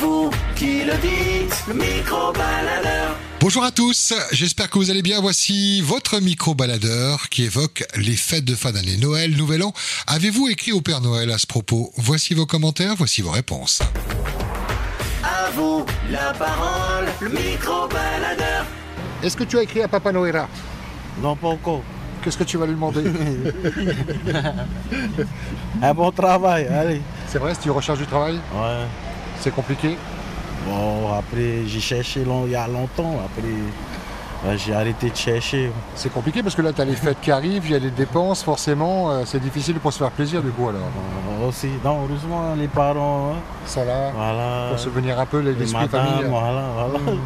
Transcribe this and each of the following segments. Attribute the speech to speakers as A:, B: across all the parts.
A: vous qui le dites, le micro-baladeur.
B: Bonjour à tous, j'espère que vous allez bien. Voici votre micro-baladeur qui évoque les fêtes de fin d'année, Noël, Nouvel An. Avez-vous écrit au Père Noël à ce propos Voici vos commentaires, voici vos réponses.
A: À vous la parole, le micro-baladeur.
C: Est-ce que tu as écrit à Papa Noël
D: Non, pas encore.
C: Qu'est-ce que tu vas lui demander
D: Un bon travail, allez.
C: C'est vrai, si tu recherches du travail,
D: Ouais.
C: c'est compliqué.
D: Bon, après, j'ai cherché long- il y a longtemps. Après, euh, j'ai arrêté de chercher.
C: C'est compliqué parce que là, tu as les fêtes qui arrivent, il y a les dépenses, forcément, euh, c'est difficile pour se faire plaisir du coup alors.
D: Euh, aussi, non, heureusement, les parents, hein,
C: Ça là,
D: voilà.
C: pour souvenir un peu les-
D: Les
C: l'esprit
D: madames,
C: familial.
D: voilà, voilà.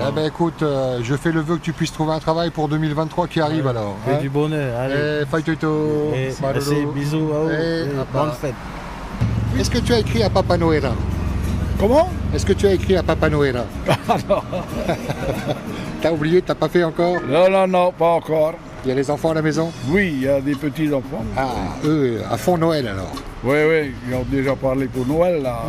C: Eh ben écoute, euh, je fais le vœu que tu puisses trouver un travail pour 2023 qui arrive alors.
D: Et
C: hein.
D: du bonheur, allez.
C: Eh, fight it out,
D: Et,
C: Malolo.
D: merci, bisous, à vous.
C: Eh,
D: Et
C: à part.
D: bonne fête.
C: Est-ce que tu as écrit à Papa Noël
D: Comment
C: Est-ce que tu as écrit à Papa Noël T'as oublié, t'as pas fait encore
E: Non, non, non, pas encore.
C: Il y a les enfants à la maison
E: Oui, il y a des petits-enfants.
C: Ah, eux, à fond Noël alors.
E: Oui, oui, ils ont déjà parlé pour Noël, là.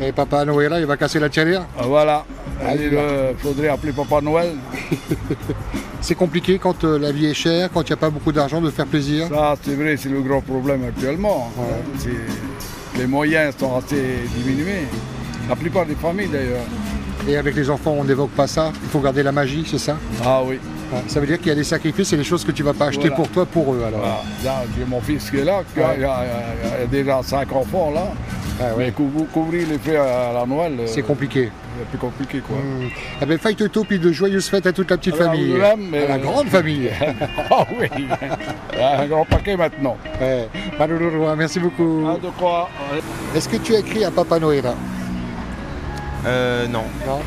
C: Et Papa Noël, il va casser la tirelire
E: Ah, Voilà.
C: Ah,
E: Il
C: bien.
E: faudrait appeler Papa Noël.
C: C'est compliqué quand euh, la vie est chère, quand il n'y a pas beaucoup d'argent de faire plaisir.
E: Ça, c'est vrai, c'est le grand problème actuellement. C'est- Les moyens sont assez diminués. La plupart des familles, d'ailleurs.
C: Et avec les enfants, on n'évoque pas ça. Il faut garder la magie, c'est ça
E: Ah oui.
C: Ouais. Ça veut dire qu'il y a des sacrifices et des choses que tu vas pas acheter
E: Voilà.
C: pour toi, pour eux alors.
E: Ah, là, j'ai mon fils qui est là, qui a,
C: Ouais.
E: il a- il a- il a déjà cinq enfants, là.
C: Ah ouais.
E: Mais couvrir, couvrir les frais à la Noël, euh,
C: C'est compliqué.
E: c'est plus compliqué, quoi.
C: Mmh. Eh bien, fight top et de joyeuses fêtes à toute la petite
E: Alors,
C: famille.
E: nous l'aime, mais- euh,
C: À la grande famille.
E: Ah oui, un grand paquet maintenant.
C: Ouais. Malou Leroy, merci beaucoup.
E: Ah, de quoi
C: Est-ce que tu as écrit à Papa Noël hein?
F: Euh, non.
C: Non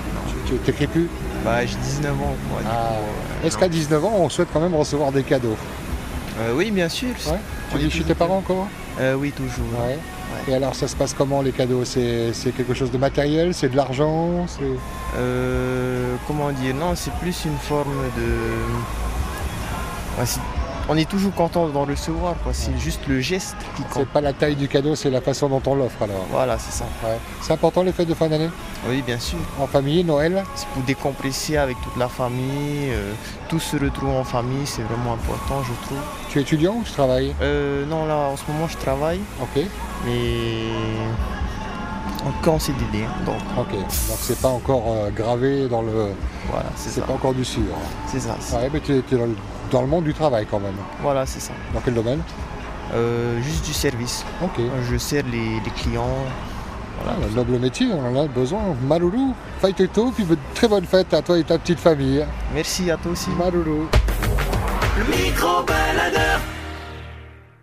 C: Tu tu t'écris plus Ah,
F: Bah, j'ai 19 ans, quoi. du coup,
C: Est-ce qu'à 19 ans, on souhaite quand même recevoir des cadeaux
D: Ah.
F: euh, euh, oui, bien sûr.
C: Ouais. Tu vis chez tes parents encore
F: Euh, oui, toujours.
C: Ouais. Et alors ça se passe comment les cadeaux C'est c'est quelque chose de matériel C'est de l'argent C'est-
F: Euh, comment dire Non, c'est plus une forme de. Ouais, c'est- On est toujours content d'en recevoir, quoi. C'est juste le geste qui
C: C'est
F: compte.
C: pas la taille du cadeau, c'est la façon dont on l'offre alors.
F: Voilà, c'est ça.
C: Ouais. C'est important les fêtes de fin d'année
F: Oui, bien sûr.
C: En famille, Noël
F: C'est pour décompresser avec toute la famille. euh, tous se retrouvent en famille, c'est vraiment important, je trouve.
C: Tu es étudiant ou tu travailles
F: Euh, non, là, en ce moment, je travaille,
C: Ok,
F: mais. Encore en CDD, hein, donc
C: ok. Donc c'est pas encore euh, gravé dans le...
F: voilà, c'est
C: C'est
F: ça.
C: pas encore du sûr.
F: C'est ça. c'est-
C: Ouais, mais tu es, tu es dans le- dans le monde du travail quand même.
F: Voilà, c'est ça.
C: Dans quel domaine
F: Euh, juste du service.
C: Ok.
F: Je sers les, les clients.
C: Ah, le noble métier, on en a besoin. Maloulou, fight et tout, puis très bonne fête à toi et ta petite famille.
F: Merci à toi aussi.
C: Maloulou.
A: Le micro-baladeur.